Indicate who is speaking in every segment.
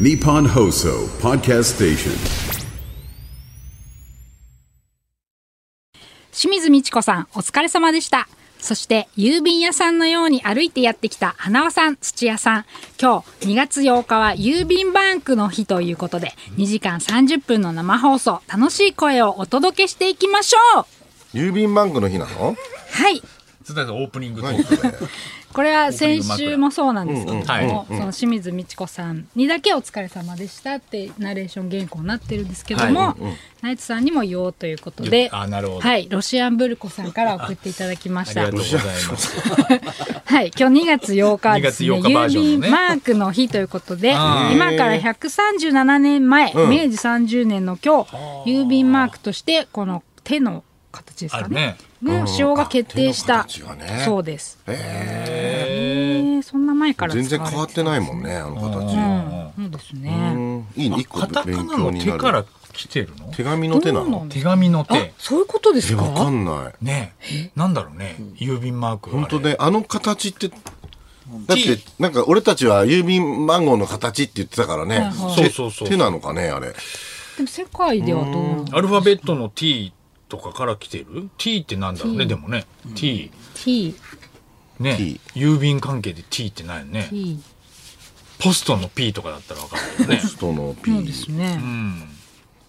Speaker 1: Nippon Hoso Podcast Station.
Speaker 2: 清水美智子さんお疲れ様でしたそして郵便屋さんのように歩いてやってきた花輪さん土屋さん今日2月8日は郵便バンクの日ということで2時間30分の生放送楽しい声をお届けしていきましょう
Speaker 3: 郵便バンクの日な
Speaker 2: は
Speaker 3: の
Speaker 2: い
Speaker 4: 津田さんオープニングトークで
Speaker 2: これは先週もそうなんですけれど
Speaker 4: うんうん
Speaker 2: も、その清水美智子さんにだけお疲れ様でしたってナレーション原稿になってるんですけども、ナイツさんにも言おうということで、
Speaker 4: あなるほど
Speaker 2: はい、ロシアンブルコさんから送っていただきま
Speaker 4: あ
Speaker 2: し
Speaker 4: り
Speaker 2: た
Speaker 4: が。とうございます。
Speaker 2: はい、今日2月8日はですね、
Speaker 4: 2月8日バージョン
Speaker 2: 郵
Speaker 4: のね
Speaker 2: 便マークの日ということで、
Speaker 4: あー
Speaker 2: 今から137年前、
Speaker 3: ん
Speaker 2: 明治30年の今日、郵便マークとしてこの手の形ですか
Speaker 4: あるね
Speaker 2: ね。の使用が決定した、
Speaker 3: あ手の形がね
Speaker 2: そうです。へえ、そんな前から使わ
Speaker 3: 全
Speaker 2: れて
Speaker 3: 然変わってないもんねあの形
Speaker 2: そうですね。
Speaker 3: うんいいね一個
Speaker 4: カタカ
Speaker 3: 勉
Speaker 4: ナ
Speaker 3: 強
Speaker 4: の
Speaker 3: に
Speaker 4: 手
Speaker 3: な
Speaker 4: か
Speaker 3: る
Speaker 4: ら来てるの？
Speaker 3: 手紙の手な
Speaker 2: どうな
Speaker 3: の
Speaker 2: の
Speaker 4: 手紙の
Speaker 2: あ
Speaker 4: 手、。
Speaker 2: そういうことです
Speaker 3: え
Speaker 2: か
Speaker 3: わかんない
Speaker 4: ね、なんだろうね。郵便マーク。
Speaker 3: 本当であの形ってだって
Speaker 4: T
Speaker 3: なんか俺たちは郵便番号の形って言ってたからね
Speaker 2: いはい
Speaker 3: 手
Speaker 4: そうそうそう
Speaker 3: 手なのかねあれ
Speaker 2: でも世界ではどうなの
Speaker 4: アルファベットの T とかから来てる？T ってなんだろうね。でもね、T
Speaker 2: ?t,
Speaker 4: ね
Speaker 3: T、
Speaker 4: 郵便関係で T ってないよね。
Speaker 2: t
Speaker 4: ポストの P とかだったらわかるよね。
Speaker 3: 人の
Speaker 2: そうです
Speaker 3: P
Speaker 2: ね
Speaker 4: う。ん。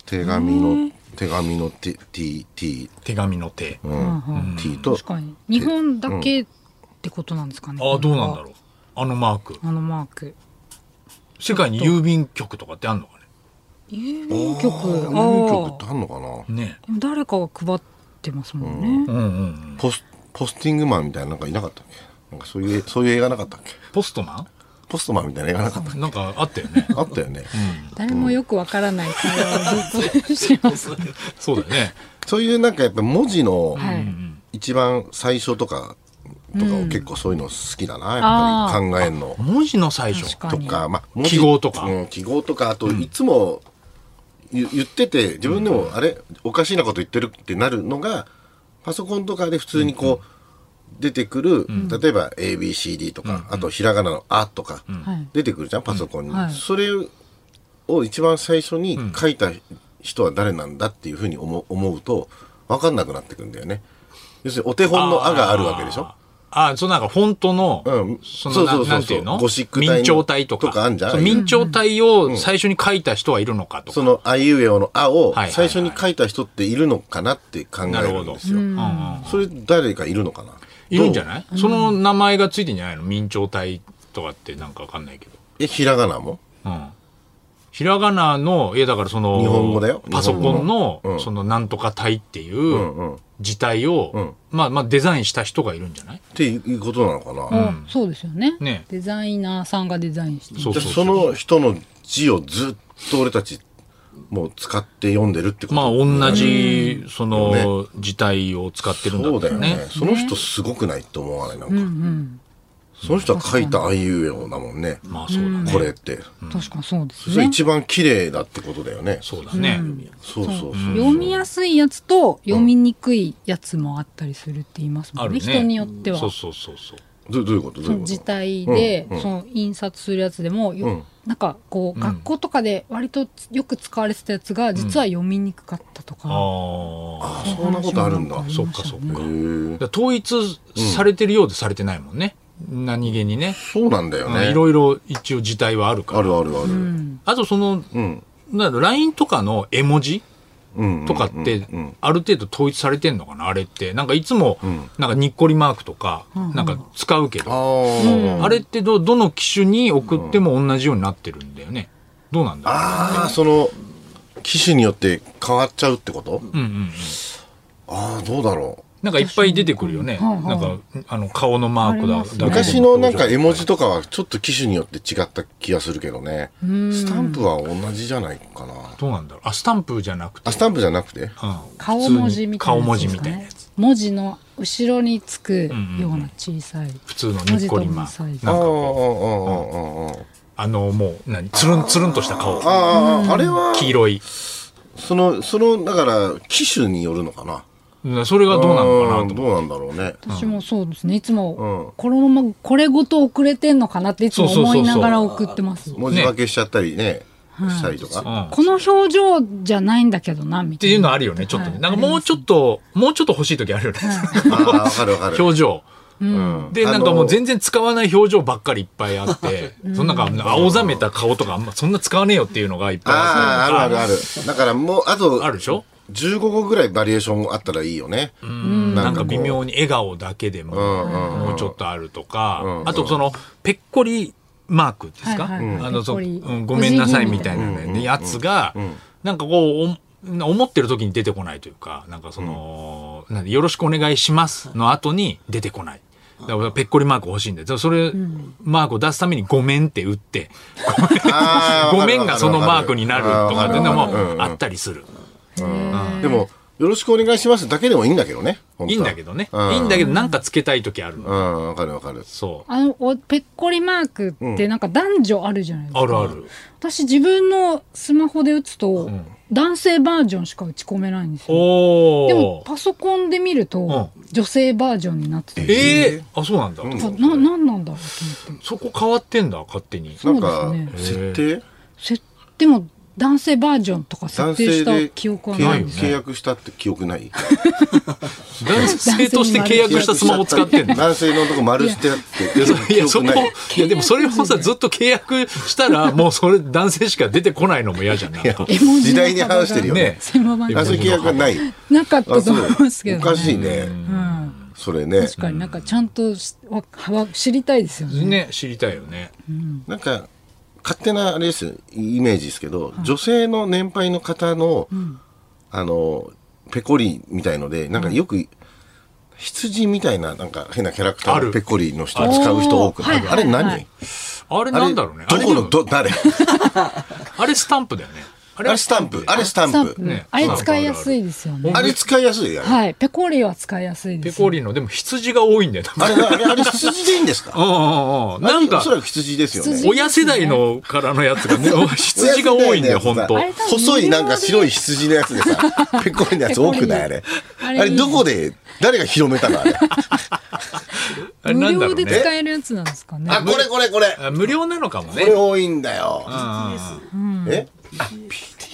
Speaker 3: 手紙の手紙の TT
Speaker 4: 手紙の手。
Speaker 3: う
Speaker 2: うん
Speaker 3: ん
Speaker 2: うん
Speaker 3: T と
Speaker 2: 確かに。日本だけってことなんですかね。
Speaker 4: ああどうなんだ
Speaker 2: う。
Speaker 4: ろう。あのマーク。
Speaker 2: あのマーク。
Speaker 4: 世界に郵便局とかってあんのか
Speaker 2: 郵便局。
Speaker 3: 郵便局って
Speaker 2: あ
Speaker 3: あんのかな
Speaker 4: ね。ね。
Speaker 2: あ。でも誰かが配ってますもんね。
Speaker 4: うんうんうん。
Speaker 3: ポスポスティングマンみたいななんかいなかったっけなんかそういうそういう映画なかったっけ
Speaker 4: ポストマ
Speaker 3: ポストマンみたいな映画なかったっ
Speaker 4: ン？なんかあったよね。
Speaker 3: けあったよね
Speaker 2: 誰もよくわからない会話をずっとして ます。
Speaker 4: そうだよね。
Speaker 3: そういうなんかやっぱ文字の
Speaker 2: はい。
Speaker 3: 一番最初とかとかを結構そういうの好きだな、
Speaker 2: あ
Speaker 3: やっぱり考えるの
Speaker 4: 文字の最初
Speaker 2: 確か
Speaker 3: と
Speaker 2: に。
Speaker 3: か、まあ、文字
Speaker 4: 記号とか
Speaker 3: うん、記号とかあといつもゆ言ってて自分でもあれおかしいなこと言ってるってなるのがパソコンとかで普通にこう出てくる、例えば ABCD とか、あとひらがなの「あ」とか
Speaker 2: はい
Speaker 3: 出てくるじゃんパソコンに、
Speaker 2: はい
Speaker 3: それを一番最初に書いた人は誰なんだっていうふうに思う思うと分かんなくなってくるんだよね要するにお手本の「あ」があるわけでしょ
Speaker 4: あー、そうなんかフォントの、
Speaker 3: うん
Speaker 4: その
Speaker 3: そう
Speaker 4: な
Speaker 3: そうそうそう
Speaker 4: なんていうの
Speaker 3: ゴシック体の
Speaker 4: 明朝体とか。
Speaker 3: とかあんじゃん
Speaker 4: そう明朝体を最初に書いた人はいるのかとか。
Speaker 3: そのあいうえおの「あ」を
Speaker 4: はいはいはい
Speaker 3: 最初に書いた人っているのかなって考え
Speaker 4: なる
Speaker 3: る
Speaker 4: ほ
Speaker 3: ん
Speaker 4: ど。
Speaker 3: ですよ。
Speaker 4: うんうん
Speaker 3: それ誰かいるのかないい
Speaker 4: るんじゃないその名前がついてんじゃないの明朝体とかってなんかわかんないけど。
Speaker 3: えひらがなも
Speaker 4: うん。ひらがなの、いやだからその、
Speaker 3: 日本語だよ
Speaker 4: パソコンの、
Speaker 3: 日本語うん
Speaker 4: そのなんとか体ってい
Speaker 3: んう
Speaker 4: うん字体を、
Speaker 3: ん
Speaker 4: まあまあデザインした人がいるんじゃない
Speaker 3: っていうことなのかな、
Speaker 2: あそうですよね
Speaker 4: ね
Speaker 2: デザイナーさんがデザインしてる。
Speaker 4: そう
Speaker 3: じ
Speaker 4: そ
Speaker 3: ゃあ
Speaker 4: うそう
Speaker 3: その人の字をずっと俺たちもう使って読んでるってこと
Speaker 4: まあ同じ、その、字体を使ってるんだ
Speaker 3: そうだ
Speaker 4: ろ
Speaker 3: よ
Speaker 4: う
Speaker 3: ね
Speaker 4: ね。
Speaker 3: その人すごくないって思わないなんか、その人は書いたあいうえおだもんね、
Speaker 4: まあそうだね。
Speaker 3: これって、
Speaker 2: 確かにそうです
Speaker 3: それ
Speaker 2: ね。
Speaker 3: 一番綺麗だってことだよね
Speaker 4: そうだね。
Speaker 3: そうそうそう、
Speaker 2: 読みやすいやつと読みにくいやつもあったりするって言いますも
Speaker 4: あ
Speaker 2: んね。
Speaker 4: るね。
Speaker 2: 人によっては。
Speaker 4: そうそうそうそう。
Speaker 3: どどういうことど
Speaker 2: そう
Speaker 3: いう
Speaker 2: の
Speaker 3: こ
Speaker 2: 字
Speaker 3: と
Speaker 2: 体で、その印刷するやつでも、よなんかこう、学校とかで割とよく使われてたやつが実は読みにくかったとか、
Speaker 4: ああ。
Speaker 3: あそんなことあるんだ
Speaker 4: そっかそっ
Speaker 3: へ
Speaker 4: か。
Speaker 3: ー
Speaker 4: だから統一されてるようでされてないもんね。何気にね。
Speaker 3: そうなんだよね、
Speaker 4: いろいろ一応字体はあるか
Speaker 3: あ
Speaker 4: ら。
Speaker 3: るあるある、
Speaker 4: あとその、
Speaker 3: ん
Speaker 4: なんだろう LINE とかの絵文字
Speaker 3: うん
Speaker 4: とかって、ある程度統一されてんのかなあれって。なんかいつも、なんかにっこりマークとか、なんか使うけど
Speaker 3: あ。ー
Speaker 4: あれってどどの機種に送っても同じようになってるんだよね。どうなんだろう
Speaker 3: あーその機種によって変わっちゃうってこと、
Speaker 4: うんうんうん、
Speaker 3: ああどうだろ
Speaker 4: なんかいっぱい出てくるよね。
Speaker 2: はいはい
Speaker 4: なんかあの顔のマーク
Speaker 2: あり
Speaker 4: だ
Speaker 2: ますね
Speaker 4: だ
Speaker 3: う
Speaker 4: けで
Speaker 3: 昔のなんか絵文字とかはちょっと機種によって違った気がするけどねスタンプは同じじゃないかな
Speaker 4: どうなんだろう。あスタンプじゃなくて、
Speaker 3: あスタンプじゃなくて
Speaker 4: うん
Speaker 2: 顔文字みたいな
Speaker 4: 顔文字
Speaker 2: です
Speaker 4: み
Speaker 2: か
Speaker 4: たいな
Speaker 2: ね
Speaker 4: やつ。
Speaker 2: 文字の後ろにつくような小さい、
Speaker 4: 普通のニッコリ
Speaker 2: 文
Speaker 4: マ
Speaker 2: 字と
Speaker 4: ー
Speaker 2: 文字
Speaker 4: なん
Speaker 3: あーあ
Speaker 4: かこ
Speaker 3: ー
Speaker 4: うあのもう何つるんつるんとした顔
Speaker 3: あーあーあーあーあれは
Speaker 4: 黄色い。
Speaker 3: そのそのだから機種によるのかな
Speaker 4: うんそれがどうなのかなと思って
Speaker 3: どうなんだろうね。
Speaker 2: 私もそうですねいつ
Speaker 3: う
Speaker 2: もこのままこれごと遅れてんのかなっていつも
Speaker 4: そうそうそ
Speaker 2: 思
Speaker 4: うそう
Speaker 2: いながら送ってます
Speaker 3: 文字分けしちゃったりね、したりとか。
Speaker 4: うん
Speaker 2: この表情じゃないんだけどなみ
Speaker 4: ったて
Speaker 2: いな
Speaker 4: いうのあるよね、ちょっとね。なんかもうちょっと、もうちょっと欲しい時あるよね。
Speaker 3: ああ、わかるわかる。
Speaker 4: 表情。
Speaker 3: うん
Speaker 4: で、
Speaker 3: あの
Speaker 4: なんかもう全然使わない表情ばっかりいっぱいあって、そのなんか青ざめた顔とかあんまそんな使わねえよっていうのがいっぱい
Speaker 3: ああ、あるあるあ
Speaker 4: る。
Speaker 3: る。だからもう、あと
Speaker 4: あ、るでしょ
Speaker 3: 15個ぐらいバリエーションあったらいいよね。
Speaker 4: なんか
Speaker 3: こう
Speaker 4: 微妙に笑顔だけでも、もうちょっとあるとか、あとその、ぺっこりマークですか
Speaker 2: は
Speaker 4: あ
Speaker 2: いはい
Speaker 4: の、そう
Speaker 2: ぺっこり
Speaker 4: うんごめんなさいみたいな
Speaker 3: うんう
Speaker 4: ね
Speaker 3: ん
Speaker 4: でやつが、なんかこう、お思ってる時に出てこないというか、なんかその、なんでよろしくお願いしますの後に出てこない。だからぺっこりマーク欲しいんで、それ、マークを出すためにごめんって打って、
Speaker 3: あー
Speaker 4: ごめんがそのマークになるとかっていうの
Speaker 3: わかるわかる
Speaker 4: も
Speaker 3: うん
Speaker 4: あったりする。
Speaker 3: でも、よろしくお願いしますだけでもいいんだけどね。本
Speaker 4: いい
Speaker 3: 当
Speaker 4: ん
Speaker 3: は
Speaker 4: だけどね。
Speaker 3: うん
Speaker 4: いいんだけど、なんかつけたい時ある
Speaker 3: う
Speaker 4: の。
Speaker 3: ん、わかるわかる。
Speaker 4: そう。
Speaker 2: あのおぺっこりマークってなんか男女あるじゃないですか、
Speaker 4: あるある。
Speaker 2: 私自分のスマホで打つと男性バージョンしか打ち込めないんですよ
Speaker 4: おお。
Speaker 2: でもパソコンで見ると女性バージョンになってて、
Speaker 4: ええあ、そうなんだ。
Speaker 2: さななんなんだろうと思って
Speaker 4: そこ変わってんだ、勝手に。
Speaker 3: なん
Speaker 2: そ
Speaker 3: か
Speaker 2: うで、
Speaker 4: すね
Speaker 3: 設定
Speaker 2: せでも男性バージョンとか設
Speaker 3: 男
Speaker 2: 定
Speaker 3: 性
Speaker 2: し
Speaker 3: で
Speaker 2: た記憶はない
Speaker 4: よね
Speaker 3: 契約したって記憶ない
Speaker 4: 男性として契約したスマホ使ってんの
Speaker 3: 男性のとこ丸してあって、
Speaker 4: いや、
Speaker 3: 記
Speaker 4: そ
Speaker 3: 憶
Speaker 4: こ
Speaker 3: ない。、
Speaker 4: いや、でもそれをさ、ずっと契約した ら、もうそれ、男性しか出てこないのも嫌じゃんない。なんか
Speaker 2: 絵文字
Speaker 3: 時代に反してるよ
Speaker 4: ね
Speaker 3: ね。
Speaker 2: 狭まり
Speaker 3: 男性契約がない。
Speaker 2: なかった
Speaker 3: あ
Speaker 2: と
Speaker 3: そう
Speaker 2: 思いますけど、
Speaker 3: お
Speaker 2: ね、
Speaker 3: かしいね。
Speaker 2: うん、
Speaker 3: それね。
Speaker 2: 確かになんかちゃんとしわ幅知りたいですよね
Speaker 4: ね、知りたいよね。
Speaker 3: なんか、勝手なあれですよイメージですけど、女性の年配の方の、あの、ペコリみたいので、なんかよく、羊みたいな、なんか変なキャラクタ
Speaker 4: あ
Speaker 3: ー
Speaker 4: る
Speaker 3: のペコリの人を使う人多くない
Speaker 2: おー
Speaker 3: あれ
Speaker 2: はいはいは
Speaker 3: 何
Speaker 2: い
Speaker 4: あれ
Speaker 3: あ
Speaker 4: な
Speaker 3: れ、
Speaker 4: んだ
Speaker 3: ど
Speaker 4: ろうね。あれ
Speaker 3: この、ど、誰
Speaker 4: あれスタンプだよね。あ
Speaker 3: あれスタンプ。あれスタン
Speaker 2: スタン
Speaker 3: プ
Speaker 2: プ。
Speaker 4: ね
Speaker 2: あれ使いやすいですよね
Speaker 3: あれ使いやすいやん。あ
Speaker 2: はいペコリは使いやすいで
Speaker 4: ペ
Speaker 2: すよ
Speaker 4: コリの、でも羊が多いんだよ。
Speaker 3: れ、あれ、あれ羊でいいんです
Speaker 4: う
Speaker 3: か
Speaker 4: んうんうん。なん
Speaker 3: あれ
Speaker 4: か
Speaker 3: おそ、らく羊ですよね
Speaker 2: 羊。
Speaker 4: 親世代のからのやつがね、羊が多いんだよ、ほんと
Speaker 3: あ。れ細いなんか白い羊のやつでさ、ペコリのやつ多くないあれ。
Speaker 2: あ
Speaker 3: あ
Speaker 2: れ
Speaker 3: れどこで、誰が広めたのあれ。
Speaker 4: あれな
Speaker 2: 無
Speaker 4: んだ
Speaker 2: 料
Speaker 4: ろうね
Speaker 2: で使えるやつなんですかね
Speaker 3: あ、これこれこれ。
Speaker 4: あ無料なのかも
Speaker 3: こ
Speaker 4: ね
Speaker 3: れ。多いんだよ。えあ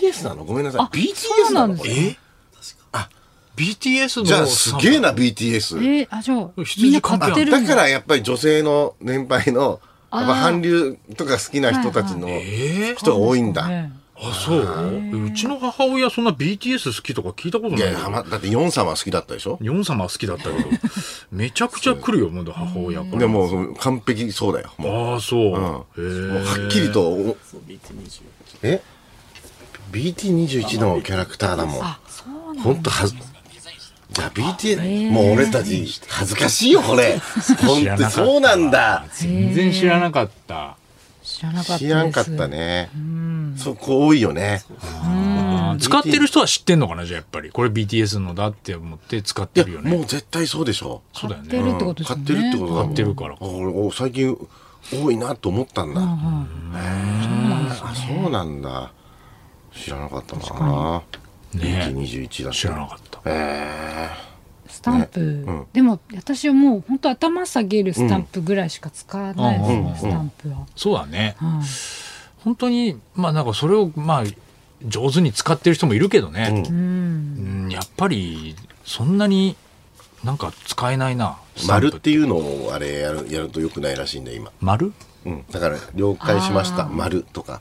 Speaker 3: ?BTS なのごめんなさい。
Speaker 2: そう
Speaker 3: BTS
Speaker 2: な
Speaker 3: なんの
Speaker 2: です
Speaker 3: こ
Speaker 2: ね
Speaker 3: れ
Speaker 4: BTS の
Speaker 3: じゃあすげえな、
Speaker 2: え
Speaker 3: BTS。
Speaker 2: ーあじゃあ
Speaker 4: 羊
Speaker 2: みんな買ってる
Speaker 3: だ
Speaker 2: ん
Speaker 3: か
Speaker 2: だ
Speaker 3: らやっぱり女性の年配の、やっぱ韓流とか好きな人たちの
Speaker 4: ええ
Speaker 3: 人が多いんだ。
Speaker 2: ね
Speaker 4: あそううちの母親そんな BTS 好きとか聞いたこと
Speaker 3: い
Speaker 4: ない
Speaker 3: や
Speaker 4: よ
Speaker 3: はまだってヨン様は好きだったでしょ
Speaker 4: ヨン様は好きだ ったけどめちゃくちゃ来るよもう母親か
Speaker 3: でももう完璧そうだよ。もう
Speaker 4: らああそう
Speaker 3: う
Speaker 4: へ
Speaker 3: ん
Speaker 4: え
Speaker 3: もうはっきりとおえ BT21 のキャラクターだもん
Speaker 2: あそうなん
Speaker 3: 本当はずじゃあ BT もう俺たち恥ずかしいよこれ本
Speaker 4: 知らなかっ
Speaker 3: 当
Speaker 4: た
Speaker 3: そうなんだ
Speaker 4: 全然知らなかった
Speaker 2: 知らなかったです
Speaker 3: 知らんかったねそこ多いよね
Speaker 4: あー使ってる人は知ってんのかなじゃあやっぱりこれ BTS のだって思って使っ
Speaker 3: い
Speaker 4: て
Speaker 3: や
Speaker 4: るよね
Speaker 3: もう絶対そうでしょ
Speaker 4: そうだよ
Speaker 2: 買って
Speaker 4: ね
Speaker 2: るってことですよね
Speaker 3: 買ってるってことだもん
Speaker 4: 買ってるから
Speaker 3: あ俺お最近多いなと思ったんだあそうなんだ知らなかったな
Speaker 4: ね
Speaker 3: BT21 だった
Speaker 4: 知らなかった
Speaker 3: え
Speaker 2: スタンプ、でも私はもう本当頭下げるスタンプぐらいしか使わないですね、スタンプは、
Speaker 4: そうだね
Speaker 2: はい
Speaker 4: 本当にまあなんかそれをまあ上手に使ってる人もいるけどね、
Speaker 2: うん
Speaker 4: うんやっぱりそんなになんか使えないな
Speaker 3: ー丸っていうのをあれやるやるとよくないらしいんだ今
Speaker 4: 丸
Speaker 3: うん、だから「了解しました丸とか、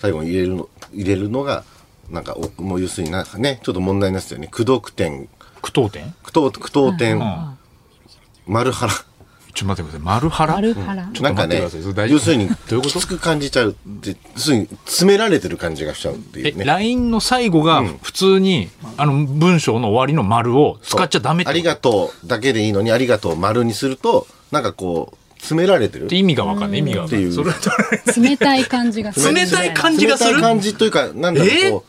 Speaker 3: 最後に入れるの入れるのがなんかおもう要するになんかねちょっと問題になってたよね「句読点」
Speaker 4: 句読点
Speaker 3: 句読句読点、丸腹
Speaker 4: ちょっと待ってください丸原
Speaker 2: 丸原、
Speaker 4: ちょ
Speaker 3: なん
Speaker 4: っと
Speaker 3: か
Speaker 4: 待ってく
Speaker 3: ね
Speaker 4: ださいそれ大丈
Speaker 3: 要
Speaker 4: 夫
Speaker 3: するに
Speaker 4: どういうこ
Speaker 3: きつく感じちゃうって要するに詰められてる感じがしちゃうって
Speaker 4: え
Speaker 3: いうね
Speaker 4: LINE の最後が普通に、あの文章の終わりの丸を使っちゃダメっ
Speaker 3: あ
Speaker 4: て
Speaker 3: り
Speaker 4: ことっ
Speaker 3: がとうだけでいいのに「ありがとう」丸にするとなんかこう詰められてる
Speaker 4: て意味がわかんない意味がわかんな
Speaker 3: って
Speaker 4: い
Speaker 3: いう
Speaker 4: それはどれ
Speaker 2: 冷たい感じがする
Speaker 4: 冷たい感じ
Speaker 3: 冷
Speaker 4: がす
Speaker 3: たい
Speaker 4: る
Speaker 3: 感じというかなんだろ
Speaker 4: え
Speaker 3: うこ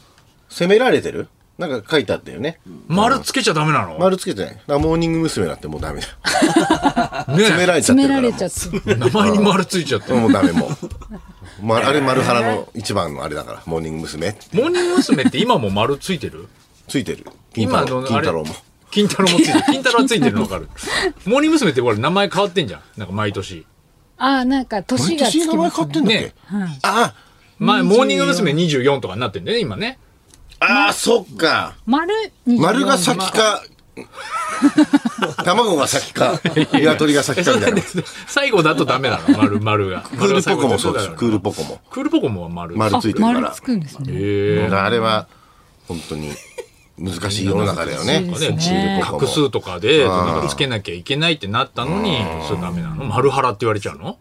Speaker 3: う攻められてるなんか書いてあったよね
Speaker 4: 丸つけちゃダメなの、
Speaker 3: 丸つけてないだからモーニング娘。なんてもうダメだよ詰め
Speaker 4: ね
Speaker 3: られちゃって
Speaker 2: 詰
Speaker 3: る
Speaker 2: め
Speaker 3: からら
Speaker 2: れ ちゃって
Speaker 4: え名前に丸ついちゃって
Speaker 3: もうダメもう、まあ、あれ丸原の一番のあれだからモーニング娘。
Speaker 4: モーニング娘。って今も丸ついてる
Speaker 3: ついてる金
Speaker 4: 今
Speaker 3: 太郎
Speaker 4: の
Speaker 3: 金
Speaker 4: あれ
Speaker 3: 太郎も
Speaker 4: 金太郎もついてる。金太郎はついてるの分かる。モーニング娘。ってこれ名前変わってんじゃん。なんか毎年。
Speaker 2: あーなんか年
Speaker 3: 毎
Speaker 2: がつ
Speaker 3: 年
Speaker 2: き
Speaker 3: 名前
Speaker 2: ます
Speaker 3: 変わってんだっけ
Speaker 4: ね
Speaker 3: あ
Speaker 4: 前、モーニング娘。24とかになってんだよね、今ね。
Speaker 3: ああ、そっか。
Speaker 2: 丸
Speaker 3: 丸が先か、 卵が先か、鶏が先かみたいな。
Speaker 4: 最後だとダメな の、丸、丸が。
Speaker 3: クールポコもそうで
Speaker 4: だ
Speaker 3: す。クールポコも。
Speaker 4: クールポコもは丸。
Speaker 3: 丸ついてるか
Speaker 2: あ
Speaker 3: ら。
Speaker 2: 丸つくんですね
Speaker 4: へえ。
Speaker 3: あれは、本当に難しい世の中だよ ね。
Speaker 4: なんか
Speaker 2: そう
Speaker 4: ね
Speaker 2: ですね
Speaker 3: クールポコも
Speaker 4: 画数とかで、なんかつけなきゃいけないってなったのに、それダメなの丸腹って言われちゃうの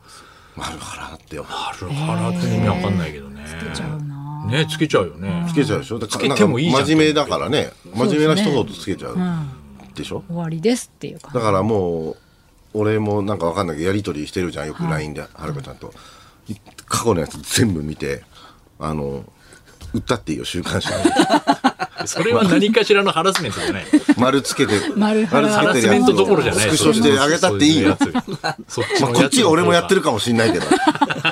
Speaker 3: 丸腹ってよ。
Speaker 4: 丸腹って意味わかんないけどね。ね、つけちゃうよね。
Speaker 3: つけちゃうでしょだから
Speaker 4: つけてもいいじゃん
Speaker 3: なんか真面目だからね。真面目な人ほどつけちゃうでしょ
Speaker 2: 終わりですって いう感じ
Speaker 3: だからもう俺もなんかわかんないけどやり取りしてるじゃんよく LINE ではるかちゃんと過去のやつ全部見てあの売ったっていいよ週刊誌 に
Speaker 4: それは何かしらのハラスメントじゃない。
Speaker 3: 丸つけて
Speaker 2: 丸腹
Speaker 4: ハラスメントどころじゃない。
Speaker 3: スクショしてあげたっていいよ
Speaker 4: そううやつそっち
Speaker 3: まあ、こっちが俺もやってるかもしんないけど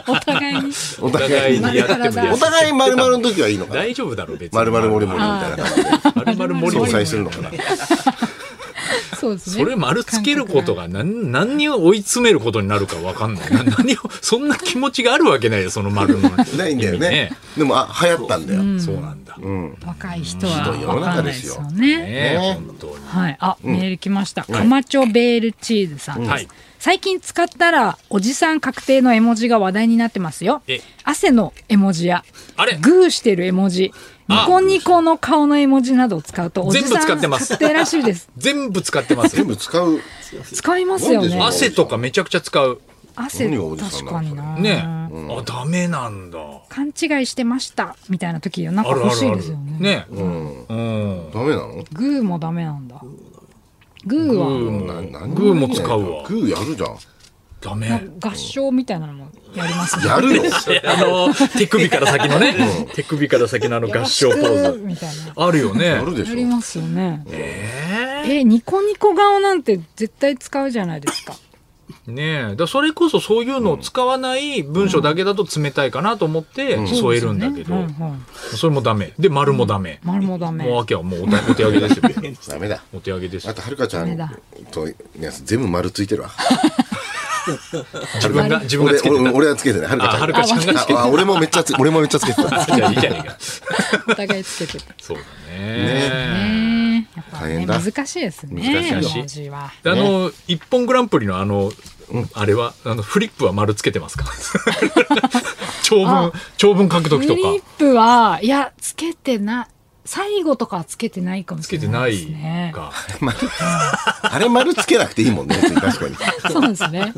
Speaker 2: お互いに
Speaker 3: お
Speaker 4: お互
Speaker 3: 互い
Speaker 4: いに
Speaker 3: に
Speaker 4: やってもいい
Speaker 3: お
Speaker 4: やつ
Speaker 3: 互い丸々の時はいいのかな
Speaker 4: 大丈夫だろ、別に。
Speaker 3: 丸々モリモリみたいな感じで
Speaker 4: 丸々モリモ
Speaker 3: 相殺
Speaker 4: リ
Speaker 3: するのかな
Speaker 2: そうですね
Speaker 4: それ丸つけることが何何を追い詰めることになるか分かんない な何をそんな気持ちがあるわけないよその丸の
Speaker 3: ないんだよ
Speaker 4: 意味
Speaker 3: ねでもあ流行ったんだよ、
Speaker 4: そうなんだ、ね
Speaker 2: 若い人は
Speaker 3: ひどい世
Speaker 2: わ
Speaker 3: の
Speaker 2: か
Speaker 3: 中
Speaker 2: んな
Speaker 3: で
Speaker 2: いです
Speaker 3: すよ
Speaker 2: よね。
Speaker 4: え
Speaker 3: ね
Speaker 4: 本当に
Speaker 2: はい、あ、メール来ました。カマチョベールチーズさんです。
Speaker 4: はい
Speaker 2: 最近使ったらおじさん確定の絵文字が話題になってますよ
Speaker 4: え。
Speaker 2: 汗の絵文字や
Speaker 4: あれ
Speaker 2: グーしてる絵文字、ニ
Speaker 4: あ
Speaker 2: コニコの顔の絵文字などを使うとおじさん
Speaker 4: 全部使ってます
Speaker 2: 確定らしい です。
Speaker 4: 全部使ってます
Speaker 3: 全部使う
Speaker 2: 使いますよ
Speaker 3: なん
Speaker 2: ね
Speaker 3: でしょ。う
Speaker 4: 汗とかめちゃくちゃ使う
Speaker 2: 汗
Speaker 3: 何がおじさん
Speaker 2: 確
Speaker 3: な
Speaker 2: か
Speaker 3: の
Speaker 2: にな。
Speaker 4: ねえ、あダメなんだあ
Speaker 2: 勘違いしてましたみたいな時なんか
Speaker 4: る
Speaker 2: 欲
Speaker 4: あ
Speaker 2: し
Speaker 4: る
Speaker 2: い
Speaker 4: あ
Speaker 2: ですよね
Speaker 4: る。ねえうん
Speaker 3: ダメなの
Speaker 2: グーもダメなんだ。グー
Speaker 4: グ
Speaker 2: は
Speaker 4: ーも
Speaker 3: な何
Speaker 4: グーも使うわ
Speaker 3: グーやるじゃん
Speaker 4: ダメ
Speaker 2: 合唱みたいなのもやりますね。
Speaker 3: やるよ
Speaker 4: えあの手首から先のね、手首から先のあの合唱ポーズ
Speaker 2: みたいな。
Speaker 4: あるよね
Speaker 3: やるでし
Speaker 2: や
Speaker 3: ょ
Speaker 2: りますよね。
Speaker 4: え
Speaker 2: え、ニコニコ顔なんて絶対使うじゃないです か。
Speaker 4: ねえ、だからそれこそそういうのを使わない文章だけだと冷たいかなと思って添えるんだけど、
Speaker 2: うんうん
Speaker 4: それもダメ。で、丸もダメ。
Speaker 2: 丸もダメ。
Speaker 4: もう秋はもうお手お手上げですよ。
Speaker 3: ダメだ
Speaker 4: お手上げです
Speaker 3: あ
Speaker 4: よ。
Speaker 3: とはるかちゃん
Speaker 2: ダメ
Speaker 3: とのやつ全部丸ついてるわ
Speaker 4: 自分が、自分が
Speaker 3: 俺
Speaker 4: つけて
Speaker 3: 俺俺はつけてないはる
Speaker 4: た。あ、はる
Speaker 3: か
Speaker 4: かちゃんがつ
Speaker 3: ちゃ
Speaker 4: け
Speaker 3: ん
Speaker 4: て
Speaker 3: ああ俺もめっちゃつ俺もめっちゃつけてた
Speaker 4: た。じゃあいいじゃねえか。
Speaker 2: お互いつけてて。
Speaker 4: そうだ
Speaker 2: え
Speaker 4: ね。
Speaker 2: ーやっぱ
Speaker 3: 大
Speaker 2: ね、
Speaker 3: 変だ
Speaker 2: 難しいですね。
Speaker 4: 難しい
Speaker 2: 絵文字は。
Speaker 4: であの、一本グランプリのあの、あれは、あの、フリップは丸つけてますか 長文
Speaker 2: あ、
Speaker 4: 長文書くと
Speaker 2: フ
Speaker 4: き
Speaker 2: リ
Speaker 4: とか。
Speaker 2: ップは、いや、つけてな、最後とかはつけてないかも
Speaker 4: つ
Speaker 2: し
Speaker 4: け
Speaker 2: れ
Speaker 4: てな
Speaker 2: ない
Speaker 4: い
Speaker 2: ですね。
Speaker 4: か。
Speaker 3: あれ丸つけなくていいもんね別に確かに
Speaker 2: そうです ね。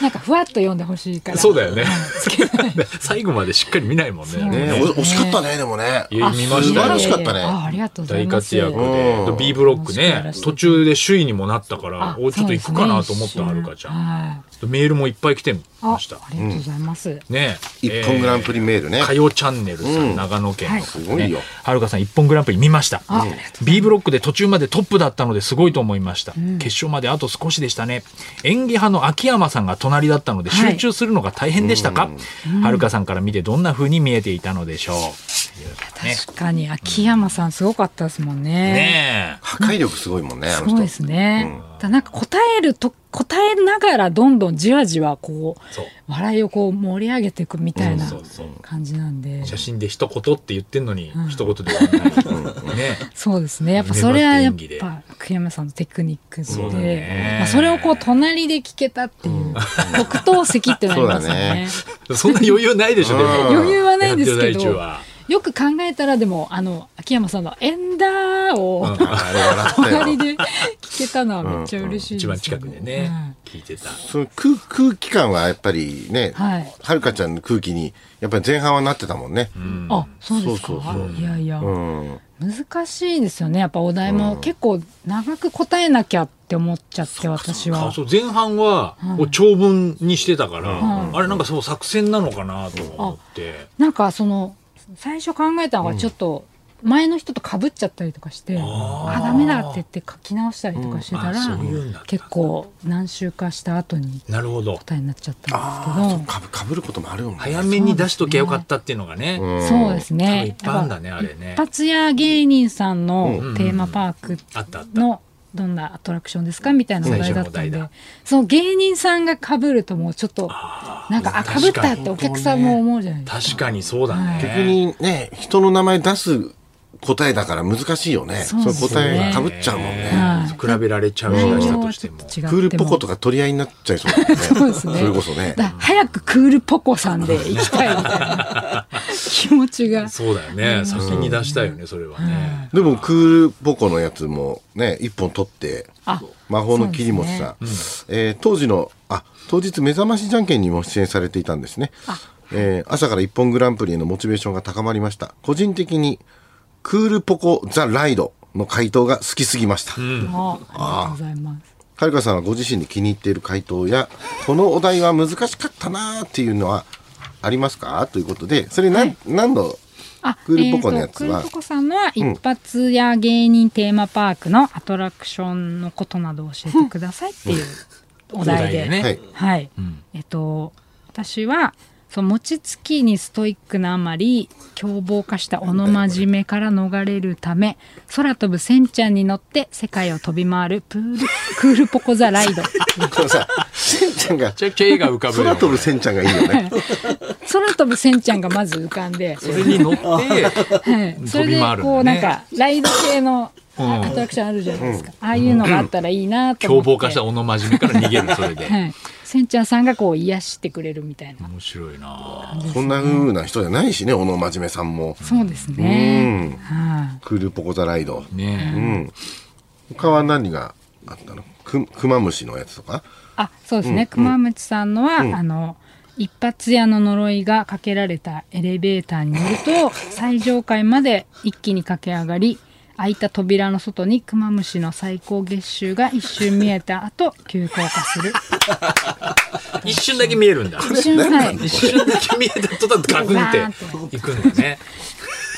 Speaker 2: なんかふわっと読んでほしいから。
Speaker 4: そうだよね
Speaker 2: んつけない。
Speaker 4: 最後までしっかり見ないもんね。
Speaker 3: ね
Speaker 4: ね
Speaker 3: お惜しかったねでもね
Speaker 4: いや 見ま
Speaker 3: 素
Speaker 4: したよ
Speaker 3: 晴らしかった
Speaker 2: いやいやいやあ
Speaker 3: ね
Speaker 2: ありがとうござい
Speaker 4: 大
Speaker 2: ま
Speaker 4: 活
Speaker 2: す。
Speaker 4: 躍
Speaker 3: う
Speaker 4: で
Speaker 3: ん、
Speaker 4: B ブロック
Speaker 2: も
Speaker 4: ね
Speaker 2: う、素晴らしい
Speaker 4: 途中で首位にもなったから
Speaker 2: あ、
Speaker 4: おちょっと行くかなと思っ
Speaker 2: そ
Speaker 4: た
Speaker 2: うです
Speaker 4: は
Speaker 2: ね
Speaker 4: るかちゃん。
Speaker 2: はい
Speaker 4: メールもいっぱい来て
Speaker 2: あ
Speaker 4: ました。
Speaker 2: ありがとうございます。
Speaker 4: ね
Speaker 3: 一本グランプリメールね
Speaker 4: えーかよチャンネルさ
Speaker 3: うん
Speaker 4: ん、長野県の
Speaker 2: はい
Speaker 4: 方ね
Speaker 3: すごいよ
Speaker 4: はるかさん、一本グランプリ見ました
Speaker 2: あ。
Speaker 4: B ブロックで途中までトップだったのですごいと思いました。決勝まであと少しでしたね。演技派の秋山さんが隣だったので
Speaker 2: はい
Speaker 4: 集中するのが大変でしたかはるかさんから見てどんな風に見えていたのでしょう。ね
Speaker 2: 確かに秋山さんすごかったですもんね。
Speaker 4: ね
Speaker 3: 破壊力すごいもんねあ
Speaker 2: す
Speaker 3: の
Speaker 2: ごいで
Speaker 3: 人
Speaker 2: すね。だからなんか答えると答えながらどんどんじわじわこ
Speaker 4: え。そう。
Speaker 2: う笑いをこう盛り上げていくみたいな
Speaker 4: そうそう。
Speaker 2: 感じなんで。
Speaker 4: 写真で一言って言ってんのに、一言で終わら ない。ね。
Speaker 2: そうですね。やっぱそれはやっ
Speaker 4: 粘って演技で
Speaker 2: ぱ久山さんのテクニック
Speaker 4: そうだ
Speaker 2: で
Speaker 4: ね、
Speaker 2: まあそれをこう隣で聞けたっていう特等席ってなりますよね。
Speaker 4: そんな余裕ないでしょ、でも。
Speaker 3: うん
Speaker 2: 余裕はないんですけ
Speaker 4: やってる最中
Speaker 2: ど。
Speaker 4: は。
Speaker 2: よく考えたらでもあの秋山さんのエンダーを
Speaker 3: あれ笑った
Speaker 2: 隣
Speaker 3: よ
Speaker 2: で聞けたのはめっちゃ嬉しいです
Speaker 4: 一
Speaker 2: よ
Speaker 4: 番近くでね、聞いてた。
Speaker 3: その空空気感はやっぱりね
Speaker 2: はい
Speaker 3: はるかちゃんの空気にやっぱり前半はなってたもんね
Speaker 2: うんあそうです
Speaker 3: そうそう
Speaker 2: か
Speaker 3: そう
Speaker 2: いやいや
Speaker 3: うん
Speaker 2: 難しいですよねやっぱお題も結構長く答えなきゃって思っちゃって私
Speaker 4: あ
Speaker 2: は
Speaker 4: そう前半は、を長文にしてたから、
Speaker 2: うん
Speaker 4: あれなんかそう作戦なのかなと思って、
Speaker 2: なんかその最初考えたのがちょっと前の人とかぶっちゃったりとかしてあダメだって言って書き直したりとかしてた
Speaker 4: あ
Speaker 2: ら
Speaker 4: そういうんだった
Speaker 2: 結構何週かした後に
Speaker 4: なるほど
Speaker 2: 答えになっちゃったん
Speaker 3: あ
Speaker 2: です
Speaker 3: そうかぶかぶることもあるよね
Speaker 4: 早めに出しときゃよかったっていうのがね、
Speaker 2: けどそうです
Speaker 4: 多分
Speaker 2: ね
Speaker 4: いっぱいあんだねあれね
Speaker 2: 一発屋芸人さんのテーマパーク
Speaker 4: あったあった
Speaker 2: のどんなアトラクションですかみたいなお題だったん
Speaker 4: 最初のお題
Speaker 2: で
Speaker 4: だ
Speaker 2: その芸人さんが被るともうちょっとなんかあ
Speaker 4: 確か
Speaker 2: 被
Speaker 4: に
Speaker 2: ったってお客さんも思うじゃないですか
Speaker 4: 確かにそうだね。
Speaker 3: 逆にね、人の名前出す答えだから難しいよね。
Speaker 2: そうですね
Speaker 3: 答えかぶっちゃうもんね。
Speaker 2: は
Speaker 4: 比べられちゃうし出したとしても。
Speaker 2: ク
Speaker 3: クールポコとか取り合いになっちゃいそうだよ ね。
Speaker 2: そうですね。
Speaker 3: それこそね
Speaker 2: だ。早くクールポコさんで行きたいみたいな気持ちが。
Speaker 4: そうだよね。先に出したいよね、それはね。
Speaker 3: でもクールポコのやつもね、一本取って、
Speaker 2: あ、
Speaker 3: 魔法の切本さん、えー当時の、あ、当日目覚ましじゃんけんにも出演されていたんですね。えー朝から一本グランプリへのモチベーションが高まりました。個人的に、クールポコザライドの回答が好きすぎました。
Speaker 2: もうありがとうございます。
Speaker 3: はるかさんはご自身で気に入っている回答や、このお題は難しかったなーっていうのはありますかということで、それ何、何の
Speaker 2: あ
Speaker 3: クールポコのやつは
Speaker 2: えーとクールポコさんのは一発屋芸人テーマパークのアトラクションのことなどを教えてくださいっていうお題で。
Speaker 3: は
Speaker 4: ね
Speaker 3: い。
Speaker 2: はい、えっと私はその餅つきにストイックなあまり凶暴化したおのまじめから逃れるため空飛ぶセンちゃんに乗って世界を飛び回るプー ルクールポコザライド
Speaker 3: このさ、せんちゃんが
Speaker 4: め、ちゃくちゃ絵が浮かぶよ。
Speaker 3: 空飛ぶせんちゃんがいいよね。
Speaker 2: 空飛ぶセンちゃんがまず浮かんで、
Speaker 4: それに乗って、
Speaker 2: はい、それで
Speaker 4: 飛び回るんだね
Speaker 2: こうなんかライド系の
Speaker 4: うん
Speaker 2: アトラクションあるじゃないですか、ああいうのがあったらいいなと思
Speaker 4: 凶
Speaker 2: って
Speaker 4: 暴化したおの真面目から逃げる、それで。
Speaker 2: はい、センちゃんさんがこう癒してくれるみたいな
Speaker 4: 面白いな
Speaker 3: こんな風な人じゃないしね、小野真面目さんも。
Speaker 2: そうです
Speaker 3: うん
Speaker 2: ね、はい
Speaker 3: クールポコザライド。う
Speaker 4: ね
Speaker 3: ん。他は何があったのく、クマムシのやつとか
Speaker 2: あそうですね、熊渕さんのは、あの一発屋の呪いがかけられたエレベーターに乗ると最上階まで一気に駆け上がり開いた扉の外にクマムシの最高月収が一瞬見えた後急降下する
Speaker 4: え。一瞬だけ見えるんだ。
Speaker 2: 一瞬はい
Speaker 4: 一瞬だけ見えた途端ガクンっていくんだね。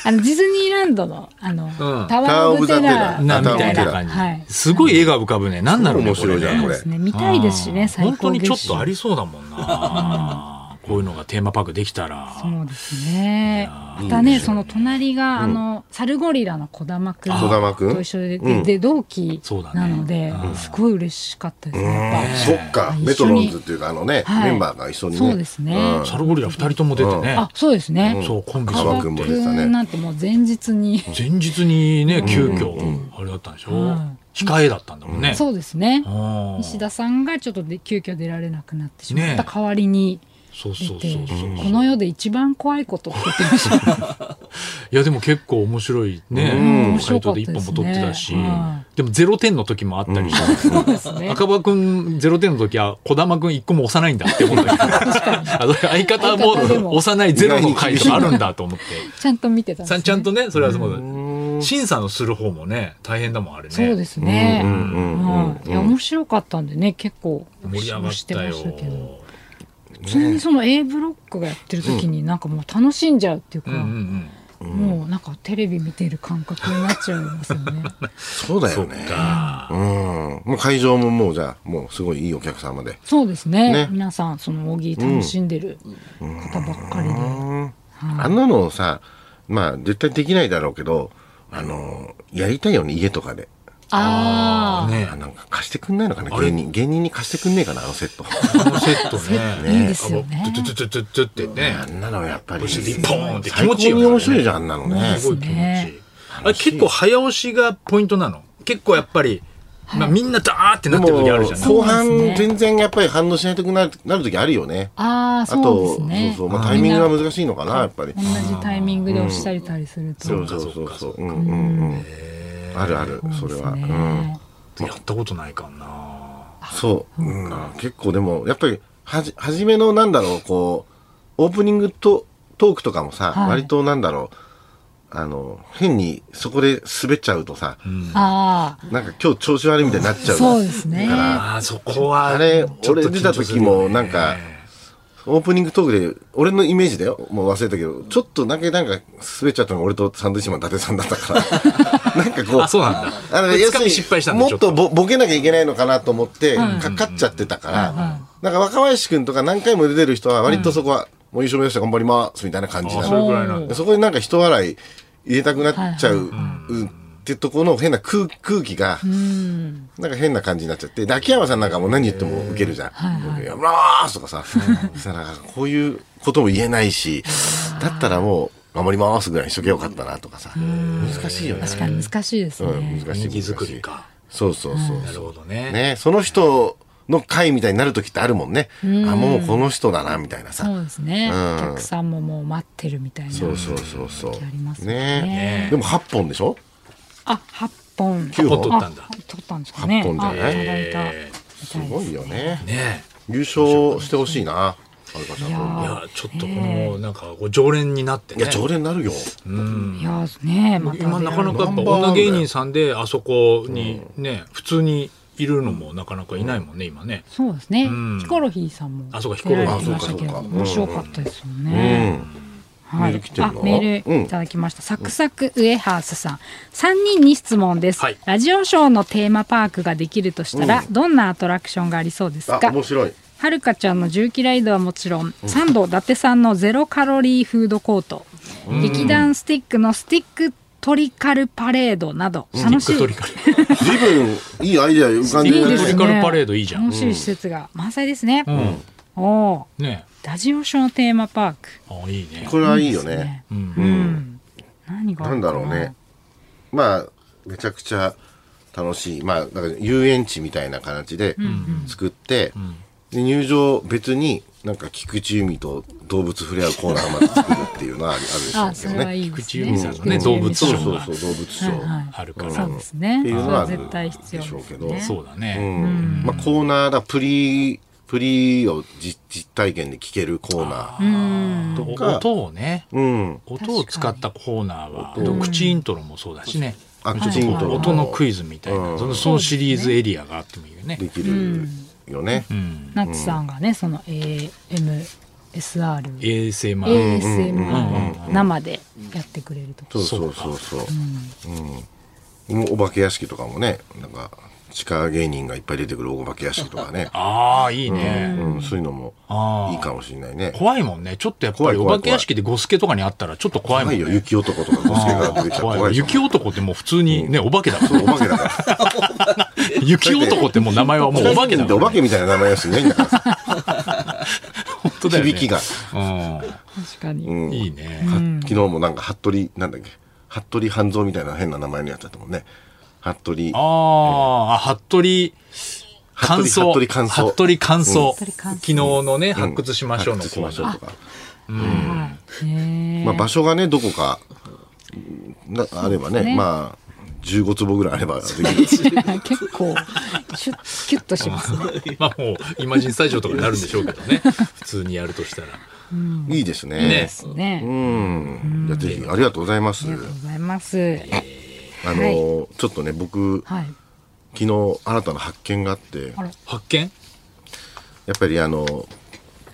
Speaker 2: あのディズニーランドのあの、
Speaker 4: ん
Speaker 2: タワー・オブ・テラー
Speaker 4: な、
Speaker 3: タワーオブザテラー
Speaker 4: みたいな感
Speaker 2: はい
Speaker 4: じ。すごい絵が浮かぶね。なんなの
Speaker 3: 面白いじゃん、こ
Speaker 2: そう
Speaker 3: れ
Speaker 2: で。すね見たいですし
Speaker 4: あー
Speaker 2: ね最
Speaker 4: 本当
Speaker 2: 高
Speaker 4: に
Speaker 2: 月
Speaker 4: ち
Speaker 2: 収
Speaker 4: ょっとありそうだも んなこういうのがテーマパークできたら
Speaker 2: そうですね。またね、その隣が、あの、サルゴリラの小玉くん。
Speaker 3: 児玉くん
Speaker 2: と一緒で、
Speaker 3: うん
Speaker 2: で、同期
Speaker 4: そうだね
Speaker 2: なので、すごい嬉しかったですね。やっぱ
Speaker 3: そっか、
Speaker 2: 一緒に
Speaker 3: メトロンズっていうか、あのね、
Speaker 2: はい
Speaker 3: メンバーが一緒にね。
Speaker 2: そうですね
Speaker 3: ん
Speaker 4: サルゴリラ2人とも出てね
Speaker 2: あ、そうですね。
Speaker 4: そうコンビ
Speaker 2: カ
Speaker 4: 揃
Speaker 2: バ
Speaker 4: っ
Speaker 3: くんも
Speaker 4: て
Speaker 3: 出てたね
Speaker 2: くんなんてもう前日に、
Speaker 4: 前日にね急遽あれだったんでしょ
Speaker 2: うん
Speaker 4: 控えだったんだもんね
Speaker 2: そうですね。
Speaker 4: あー
Speaker 2: 西田さんがちょっとで急遽出られなくなってしまっ
Speaker 4: ね
Speaker 2: た代わりに
Speaker 4: そう
Speaker 2: 出
Speaker 4: そう
Speaker 2: て、
Speaker 4: そうそう
Speaker 2: この世で一番怖いことって言ってました。
Speaker 4: いやでも結構面白い
Speaker 2: ん
Speaker 4: ね回答で一本も取ってたし
Speaker 2: 面白かったですね
Speaker 4: でも0点の時もあったりして
Speaker 2: そうです ね。
Speaker 4: 赤羽くん0点の時は児玉くん1個も押さないんだって思ったけどあの相
Speaker 2: 相方
Speaker 4: 方
Speaker 2: で
Speaker 4: も
Speaker 2: も
Speaker 4: 押さないゼロの回答があるんだと思って
Speaker 2: ちゃんと見てたんです
Speaker 4: さ
Speaker 2: ね
Speaker 4: んちゃんとねそれはその審査のする方もね大変だもんあれね
Speaker 2: そうですね。
Speaker 3: う
Speaker 2: うん
Speaker 3: うん
Speaker 2: んいや面白かったんでね結構
Speaker 4: 盛り上がっ
Speaker 2: して
Speaker 4: た
Speaker 2: ま
Speaker 4: よ
Speaker 2: したけど普通にその A ブロックがやってる時になんかもう楽しんじゃうっていうか、
Speaker 4: うんうんうん
Speaker 2: もうなんかテレビ見てる感覚になっちゃいますよね。
Speaker 3: そうだよね。うん。もう会場ももうじゃあ、もうすごいいいお客様で。
Speaker 2: そうですね
Speaker 3: ね
Speaker 2: 皆さんその大喜利楽しんでる方ばっかりで、
Speaker 3: あんなのさ、まあ絶対できないだろうけど、あの、やりたいよね、家とかで。
Speaker 2: ああ、
Speaker 4: ね
Speaker 3: あなんか貸してくんないのかな
Speaker 4: あれ
Speaker 3: 芸人、芸人に貸してくんねえかな、あのセット。
Speaker 4: このセットね
Speaker 2: いいですよね
Speaker 4: あのトゥトゥトゥトゥトゥってね
Speaker 3: あんなのやっぱり、
Speaker 4: そして
Speaker 3: 最
Speaker 4: ポーンって気
Speaker 3: 高
Speaker 4: 持ちいいよね
Speaker 3: に面白いじゃん、あんなのね。
Speaker 4: すごい気持ちい
Speaker 2: ね
Speaker 4: いあれ結構早押しがポイントなの結構やっぱりまあみんなダーって
Speaker 3: で
Speaker 4: な
Speaker 3: も
Speaker 4: ってる時あるじゃない
Speaker 3: 後半
Speaker 2: そうですね
Speaker 3: 全然やっぱり反応しないとくなるなる時あるよね。
Speaker 2: ああ
Speaker 3: あ
Speaker 2: そうで
Speaker 3: と、
Speaker 2: すね。
Speaker 3: そうそう、まあ、タイミングが難しいのかな、やっぱり
Speaker 2: 同。じタイミングで押したりたりすると、
Speaker 3: そうそうそうそう。うんうんうん。あるある、それは。うん。
Speaker 4: やったことないかな
Speaker 3: そう。うん結構でも、やっぱり、はじ、初めのなんだろう、こう、オープニングとトークとかもさ、
Speaker 2: はい
Speaker 3: 割となんだろう、あの、変にそこで滑っちゃうとさ、
Speaker 2: あ
Speaker 3: なんか今日調子悪いみたいになっちゃ
Speaker 2: あ
Speaker 3: う。
Speaker 2: そうですね。
Speaker 4: あーそこは
Speaker 3: あれ、
Speaker 4: ちょっと緊張
Speaker 3: 俺出た
Speaker 4: す
Speaker 3: 時
Speaker 4: るよね
Speaker 3: もなんか、オープニングトークで、俺のイメージだよ。もう忘れたけど、ちょっとだけなんか滑っちゃったのが俺とサンドウィッチマン伊達さんだった から。なんかこう。
Speaker 4: あそうなんだ
Speaker 3: あの
Speaker 4: これ
Speaker 3: 要す
Speaker 4: 掴
Speaker 3: る
Speaker 4: み
Speaker 3: に
Speaker 4: 失敗したんだ
Speaker 3: も
Speaker 4: ちょ
Speaker 3: っ
Speaker 4: っと
Speaker 3: とぼボケなきゃいけないのかなと思って、かかっちゃってたから、なんか若林くんとか何回も出てる人は割とそこは、もう優勝目指して頑張りますみたいな感じ
Speaker 4: あ
Speaker 3: な
Speaker 4: それ
Speaker 3: の。
Speaker 4: ぐらいなんだ
Speaker 3: そこになんか人笑い入れたくなっちゃううってとこの変な空空気が、なんか変な感じになっちゃって、で秋山さんなんかも何言っても受けるじゃん。僕やめろーとかさ、さなんかこういうことも言えないし、だったらもう頑張りますぐらいにしとけばよかったなとかさ、難しいよね。
Speaker 2: 確かに難しいですね。
Speaker 3: うん、難しい。
Speaker 4: 人気作りか。
Speaker 3: そうそうそう。
Speaker 4: なるほどね。
Speaker 3: ね、その人の会みたいになる時ってあるもんね。あ、もうこの人だな、みたいな
Speaker 2: そ
Speaker 3: さ。
Speaker 2: うですね、
Speaker 3: うん
Speaker 2: お客さんももう待ってるみたいな。
Speaker 3: そうそうそうそう
Speaker 2: ありま。すよね
Speaker 3: ねでも8本でしょ
Speaker 2: あ、八本。
Speaker 3: 九本
Speaker 4: 取ったんだ
Speaker 2: あ取ったんですかね。
Speaker 3: 八本じゃない
Speaker 2: あいただいたみたい
Speaker 4: え
Speaker 2: です
Speaker 3: すごいよね。
Speaker 4: ね
Speaker 3: 優勝してほしいな、はるかちゃん
Speaker 2: いや
Speaker 4: え。い
Speaker 2: ー
Speaker 3: と。
Speaker 4: や、ちょっとこの、なんか、ご常連になって
Speaker 3: い
Speaker 4: ね。
Speaker 3: や、常連になるよ。
Speaker 2: いやーね、また
Speaker 4: 今なかなかやっぱ
Speaker 3: ナンバーワンだよ
Speaker 4: 女芸人さんであそこにね、普通にいるのもなかなかいないもんね、今ね。
Speaker 2: そうですね、
Speaker 4: ん
Speaker 2: ヒコロヒーさんも
Speaker 4: あそうかヒコ
Speaker 2: 出
Speaker 4: ロ
Speaker 2: られ
Speaker 4: ヒー
Speaker 2: てましたけど
Speaker 3: あそうかそうか
Speaker 2: 面白かったですよ
Speaker 3: う
Speaker 2: ね、
Speaker 3: ん。
Speaker 2: は
Speaker 3: メール
Speaker 2: い
Speaker 3: 来、てる
Speaker 2: あ
Speaker 3: の
Speaker 2: メールいただきました、サクサクウエハースさん3人に質問です、
Speaker 4: はい
Speaker 2: ラジオショーのテーマパークができるとしたら、どんなアトラクションがありそうです
Speaker 3: あ
Speaker 2: か、
Speaker 3: 面白い。
Speaker 2: はるかちゃんの重機ライドはもちろん、サンド伊達さんのゼロカロリーフードコート、劇団スティックのスティックトリカルパレードなど、楽しい
Speaker 4: トリカル。
Speaker 3: 随分いいアイデア浮かんで
Speaker 2: いい
Speaker 3: る
Speaker 2: で
Speaker 3: ね
Speaker 2: す
Speaker 4: トリ
Speaker 2: ね
Speaker 4: カルパレードいいじゃん
Speaker 2: 楽しい施設が満載ですね、おおー
Speaker 4: ね
Speaker 2: ラジオショーテーマパーク
Speaker 4: あ、いいね。
Speaker 3: これはいいよ
Speaker 2: です
Speaker 3: ね。
Speaker 2: うん、何があ
Speaker 3: な
Speaker 2: る
Speaker 3: ん
Speaker 2: か
Speaker 3: だろうね。まあ、めちゃくちゃ楽しい。まあ、だから遊園地みたいな形で作って、で入場別になんか菊池由美と動物触れ合うコーナーまで作るっていうのはあるあ
Speaker 2: あ
Speaker 3: るでし
Speaker 2: そ
Speaker 3: ょ
Speaker 2: れ
Speaker 3: うけど
Speaker 2: は
Speaker 3: ね。
Speaker 2: いいです
Speaker 4: 菊池由美
Speaker 2: ね
Speaker 4: さんのね
Speaker 2: 菊池由美さ
Speaker 3: そ
Speaker 2: ん
Speaker 3: う
Speaker 4: 動
Speaker 2: の
Speaker 4: 物ショー
Speaker 3: そうそう、動物ショ
Speaker 2: はいはい
Speaker 3: ー。
Speaker 4: あるから。
Speaker 2: そうですね
Speaker 3: っていうのは
Speaker 2: それは絶対必要です
Speaker 3: でしょうけ
Speaker 2: ね
Speaker 3: ど
Speaker 4: そうだ
Speaker 3: う
Speaker 4: ね。
Speaker 3: んまあ、コーナーだ、プリ、プリを実実体験で聞けるコーナー。
Speaker 4: と
Speaker 3: とか
Speaker 4: 音をね、
Speaker 3: うん。
Speaker 4: 音を使ったコーナーは、と口イントロもそうだしね。
Speaker 3: あ口イントロも
Speaker 4: 音のクイズみたいな、そのそのシリーズエリアがあってもいいよね。
Speaker 3: できるよね。
Speaker 2: ナッツさんがねその AMSR
Speaker 4: ASMR。。
Speaker 2: ASMR 生でやってくれるとか
Speaker 3: そうそうそうそう。うん。お化け屋敷とかもね、なんか、地下芸人がいっぱい出てくるお化け屋敷とかね
Speaker 4: ああ、いいね。
Speaker 3: うん、そういうのも
Speaker 4: あー
Speaker 3: いいかもしれないね。
Speaker 4: 怖いもんね。ちょっとやっぱ
Speaker 3: 怖
Speaker 4: り
Speaker 3: い
Speaker 4: お
Speaker 3: 怖い
Speaker 4: 化け屋敷でゴスケとかにあったらちょっと怖いも
Speaker 3: 怖
Speaker 4: ん
Speaker 3: い
Speaker 4: ね
Speaker 3: よ、。雪男とかゴスケが出てきたら
Speaker 4: 怖
Speaker 3: 怖
Speaker 4: い
Speaker 3: いじゃん。
Speaker 4: 雪男ってもう普通にね、お化けだから。
Speaker 3: お化けだから。
Speaker 4: 雪男ってもう名前はもうお化けだ
Speaker 3: で
Speaker 4: か
Speaker 3: お
Speaker 4: ら
Speaker 3: 化。けみたいな名前やすいねんだからさ、
Speaker 4: 本当だよね。
Speaker 3: 響きが。
Speaker 2: 確か
Speaker 3: う
Speaker 2: に
Speaker 4: うんん。いいね。
Speaker 3: 昨日もなんか服部なんだっけ服部半蔵みたいな変な名前のやつだったもんね服部
Speaker 4: あーあ、服部、感想。
Speaker 3: 服部乾燥
Speaker 4: 服部乾燥
Speaker 2: 服部乾燥
Speaker 4: 昨日のね、
Speaker 3: うん
Speaker 4: 発掘しましょうの
Speaker 3: 発掘しましょうとか
Speaker 2: はいね
Speaker 3: まあ、場所がねどこかなあればね
Speaker 2: ね
Speaker 3: まあ15坪ぐらいあればできるし
Speaker 2: え 結構シュッキュッとしますね
Speaker 4: まあもう、イマジンスタジオとかになるんでしょうけどね。普通にやるとしたら。
Speaker 3: いいですね
Speaker 2: ね
Speaker 4: ね。
Speaker 3: う
Speaker 2: あ
Speaker 3: んいやぜひありがとうございます
Speaker 2: りがとうございます
Speaker 3: あのーちょっとね僕
Speaker 2: はい
Speaker 3: 昨日新たな発見があって
Speaker 2: あら
Speaker 4: 発見
Speaker 3: やっぱりあのー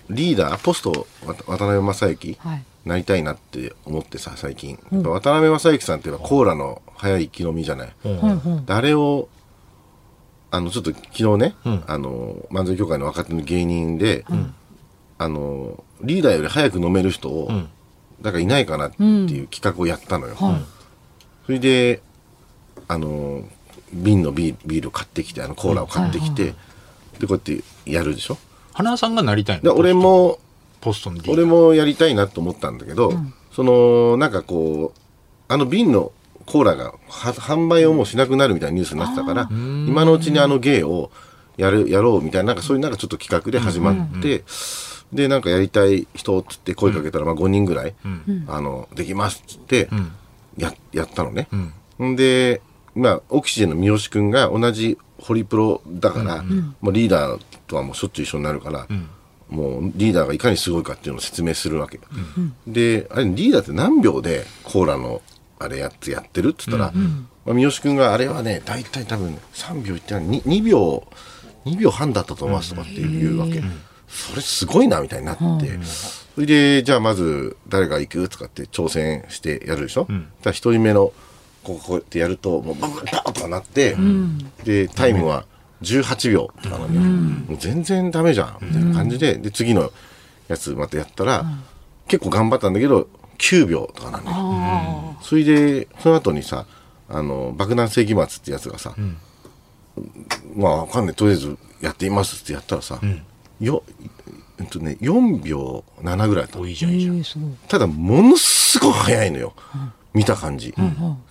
Speaker 3: リーダーポスト渡渡辺正行、
Speaker 2: はい
Speaker 3: なりたいなって思ってさ最近やっぱ渡辺正行さんっていえばコーラの早い気飲みじゃない、
Speaker 4: うん
Speaker 3: であれをあのちょっと昨日ね、あの漫才協会の若手の芸人で、あのリーダーより早く飲める人を、だからいないかなっていう企画をやったのよ、それであの瓶のビールビールを買ってきてあのコーラを買ってきて、でこうやってやるでしょ
Speaker 4: 花輪さんがなりたい
Speaker 3: で
Speaker 4: の
Speaker 3: 俺、も
Speaker 4: ポストのリーダー
Speaker 3: 俺もやりたいなと思ったんだけど、そのなんかこうあの瓶のコーラがは販売をもうしなくなるみたいなニュースになってたから今のうちにあの芸をやるやろうみたいななんかそういうなんかちょっと企画で始まって、でなんかやりたい人っつって声かけたら、まあ、5人ぐらい、あのできますっつってや,、やったのね。んでまあ、オキシジェンの三好君が同じホリプロだから、もうリーダーとはもうしょっちゅう一緒になるから、もうリーダーがいかにすごいかっていうのを説明するわけ、であれリーダーって何秒でコーラのあれやってやってるっつったら、まあ、三好君があれはね大体多分3秒いってない 2, 2秒2秒半だったと思いますとかっていうわけ、それすごいなみたいになって、それでじゃあまず誰が行くとかって挑戦してやるでしょ、ただ1人目のこうこうやってやるともうバンバンバンとなって、でタイムは18秒とかなんだよもう全然ダメじゃんみたいな感じでで次のやつまたやったら、結構頑張ったんだけど9秒とかなんだよそれでその後にさあの爆弾世紀末ってやつがさ、まあわかんないとりあえずやっていますってやったらさ、よえっとね4秒7ぐらいだった
Speaker 4: おいいじゃんいいじゃん、
Speaker 5: えーすごい
Speaker 3: ただものすごい速いのよ、見た感じ、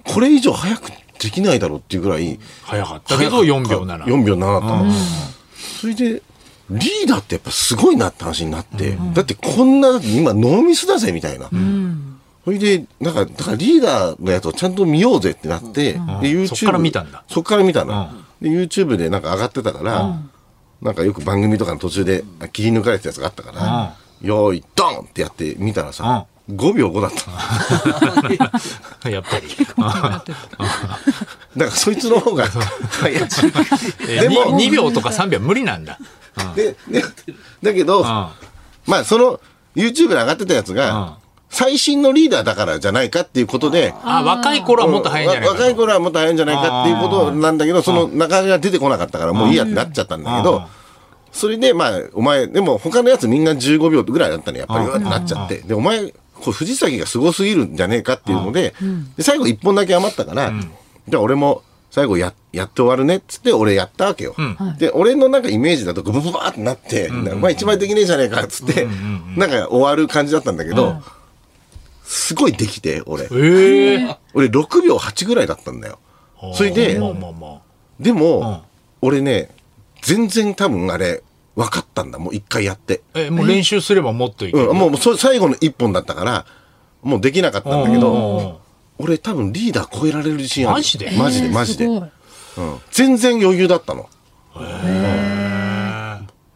Speaker 3: これ以上速くできないだろうっていうぐらい
Speaker 4: 早かったけど4秒なら
Speaker 3: 4秒7だったのそれでリーダーってやっぱすごいなって話になって、だってこんな今ノーミスだぜみたいな、それでなんかだからリーダーのやつをちゃんと見ようぜってなって、で YouTube
Speaker 4: そっから見たんだ
Speaker 3: そっから見たの、で YouTube でなんか上がってたから、なんかよく番組とかの途中であ切り抜かれたやつがあったから、よーいドンってやってみたらさ、5秒5だった の
Speaker 4: やっぱり
Speaker 3: だからそいつの方が早い
Speaker 4: でも2秒とか3秒無理なんだ
Speaker 3: で、で、だけど、まあその YouTube で上がってたやつ
Speaker 4: うん
Speaker 3: が、最新のリーダーだからじゃないかっていうことで、
Speaker 4: あ若い頃はもっと早いんじゃないか
Speaker 3: わ若い頃はもっと早いんじゃないかっていうことなんだけど、その中身が出てこなかったからもういいやってなっちゃったんだけ
Speaker 4: うん
Speaker 3: ど、それでまあ、お前、でも他のやつみんな15秒ぐらいだったのやっぱりうわってなっちゃって、で、お前、これ藤崎がすごすぎるんじゃねえかっていうので、で最後1本だけ余ったから、じゃあ俺も、最後ややって終わるねっつって俺やったわけよ、で俺のなんかイメージだとグブブバーってなって「お前一枚できねえじゃねえか」っつって、なんか終わる感じだったんだけど、すごいできて俺
Speaker 4: ええ
Speaker 3: 俺6秒8ぐらいだったんだよそれで
Speaker 4: まあまあま
Speaker 3: でも、俺ね全然多分あれ分かったんだもう一回やって、
Speaker 4: あえもう練習すればもっといける
Speaker 3: うん、もうもうそ最後の一本だったからもうできなかったんだけ
Speaker 4: うんうんうん
Speaker 3: ど俺多分リーダー超えられる自信ある
Speaker 4: マジで
Speaker 3: マジでマジで、
Speaker 5: すごい
Speaker 3: うん全然余裕だったの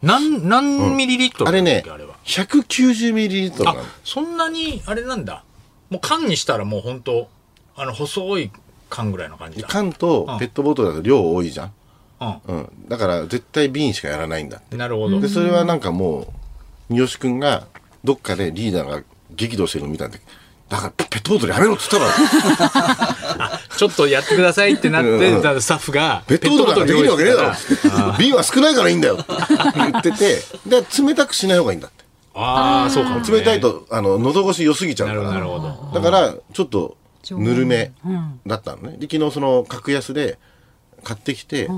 Speaker 4: 何何ミリリットル
Speaker 3: あれね
Speaker 4: あれは
Speaker 3: 190ミリリットルな
Speaker 4: あ
Speaker 3: の
Speaker 4: そんなにあれなんだもう缶にしたらもう本当あの細い缶ぐらいの感じだ
Speaker 3: 缶とペットボトルだと量多いじゃん、
Speaker 4: うん
Speaker 3: うん、だから絶対瓶しかやらないんだって
Speaker 4: なるほど
Speaker 3: でそれはなんかもう三好君がどっかでリーダーが激怒してるのを見たんだけどだからペットボトルやめろっつったら
Speaker 4: ちょっとやってくださいってなっ
Speaker 3: うん
Speaker 4: て
Speaker 3: うん
Speaker 4: だからスタッフが
Speaker 3: ペットボトルなんかできるわけねえだろ
Speaker 4: ペットボトル用意して
Speaker 3: 瓶は少ないからいいんだよって言っててで冷たくしない方がいいんだって
Speaker 4: たらああそうかもね
Speaker 3: 冷たいとあの喉越し良すぎちゃう
Speaker 4: な
Speaker 3: か
Speaker 4: るほど
Speaker 3: ら
Speaker 4: なるほど
Speaker 3: だからちょっとぬるめだったのねで昨日その格安で買ってきて、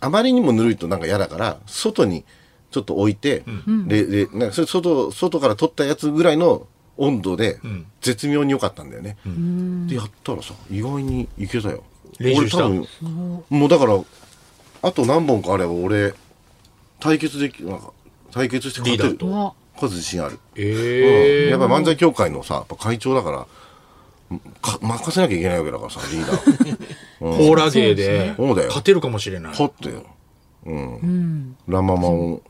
Speaker 3: あまりにもぬるいとなんか嫌だから外にちょっと置いて、れれなんかそれ外外から取ったやつぐらいの温度で絶妙に良かったんだよね、でやったらさ意外にいけたよ
Speaker 4: 練習した
Speaker 3: 俺多分もうだからあと何本かあれば俺対決できなんか対決して勝て
Speaker 4: リ
Speaker 3: る
Speaker 4: ーダーと
Speaker 5: うわ
Speaker 3: 勝つ自信ある
Speaker 4: ええ
Speaker 3: やっぱ漫才協会のさやっぱ会長だからか任せなきゃいけないわけだからさリーダ ー
Speaker 4: コーラ芸で
Speaker 3: そうだよ
Speaker 4: 勝てるかもしれない
Speaker 3: ほってよ、うんラ・ママを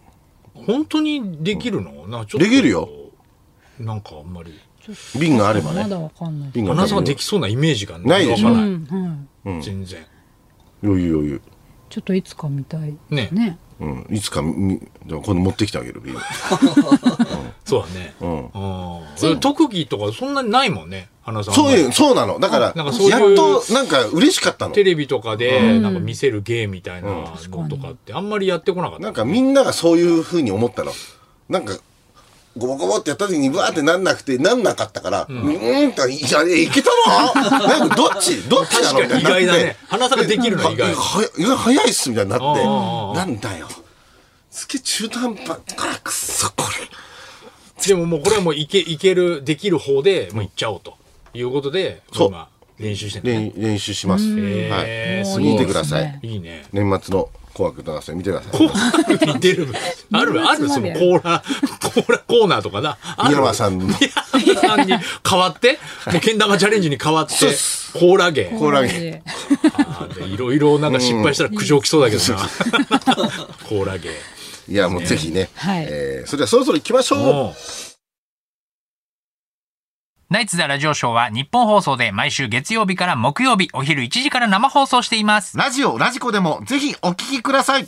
Speaker 4: 本当にできるのなんかちょっと
Speaker 3: できるよ
Speaker 4: なんかあんまり
Speaker 3: 瓶があれば
Speaker 5: ま
Speaker 3: ね
Speaker 5: だわかんない
Speaker 3: 瓶が
Speaker 4: ア
Speaker 3: あ
Speaker 4: ナウ
Speaker 3: れ
Speaker 4: ンサー
Speaker 3: ば
Speaker 4: ができそうなイメージが
Speaker 3: ないでしょ
Speaker 4: わか
Speaker 5: うん
Speaker 4: な
Speaker 5: うん
Speaker 4: い全然
Speaker 3: 余裕余裕、
Speaker 5: ちょっといつか見たい
Speaker 4: ね
Speaker 5: ね
Speaker 3: うん、いつかみじゃあ今度持ってきてあげる瓶
Speaker 4: そうだね
Speaker 3: うん
Speaker 4: あー特技とかそんなにないもんねアナウンサー
Speaker 3: そう
Speaker 4: あんまり
Speaker 3: いうそうなのだから
Speaker 4: なんかそういう
Speaker 3: やっとなんか嬉しかったの
Speaker 4: テレビとかでなんか見せる芸みたいなのとかってあんまりやってこなかった
Speaker 3: なんかみんながそういうふうに思ったのなんかゴボゴボってやった時にブワーってなんなくてなんなかったからうんーんっていやいけたの なんかどっちどっちなの
Speaker 4: 確かに意外だ
Speaker 3: みたいになっ
Speaker 4: ね
Speaker 3: て
Speaker 4: アナウンサーができるのは意外
Speaker 3: はは意外早いっすみたいになって
Speaker 4: ああ
Speaker 3: なんだよすげえ中途半端あくっそこれ
Speaker 4: でももうこれはもういけいけるできる方でもういっちゃおうということで
Speaker 3: そう
Speaker 4: 今練習してる
Speaker 3: 練練習します
Speaker 4: へえ
Speaker 3: は
Speaker 4: す
Speaker 3: い
Speaker 4: ごい
Speaker 3: 見てください
Speaker 4: いいね
Speaker 3: 年末の「紅白歌合戦」見てください
Speaker 4: 似てるあるあるそのコーラコーラコーナーとかなある
Speaker 3: 宮山さんの
Speaker 4: 宮山さんに代わってもうけん玉チャレンジに代わって
Speaker 3: そうっす
Speaker 4: コーラ芸
Speaker 3: コーラ
Speaker 5: マ
Speaker 3: ゲ
Speaker 5: ジ
Speaker 3: ン
Speaker 5: で
Speaker 4: あーでいろいろなんか失敗したら苦情来そうだけどな コーラ芸
Speaker 3: いやもうぜひね
Speaker 5: はい
Speaker 3: えーそれではそろそろ行きましょう
Speaker 4: もう
Speaker 6: ナイツ・ザ・ラジオショーは日本放送で毎週月曜日から木曜日お昼1時から生放送しています。
Speaker 7: ラジオ、ラジコでもぜひお聞きください。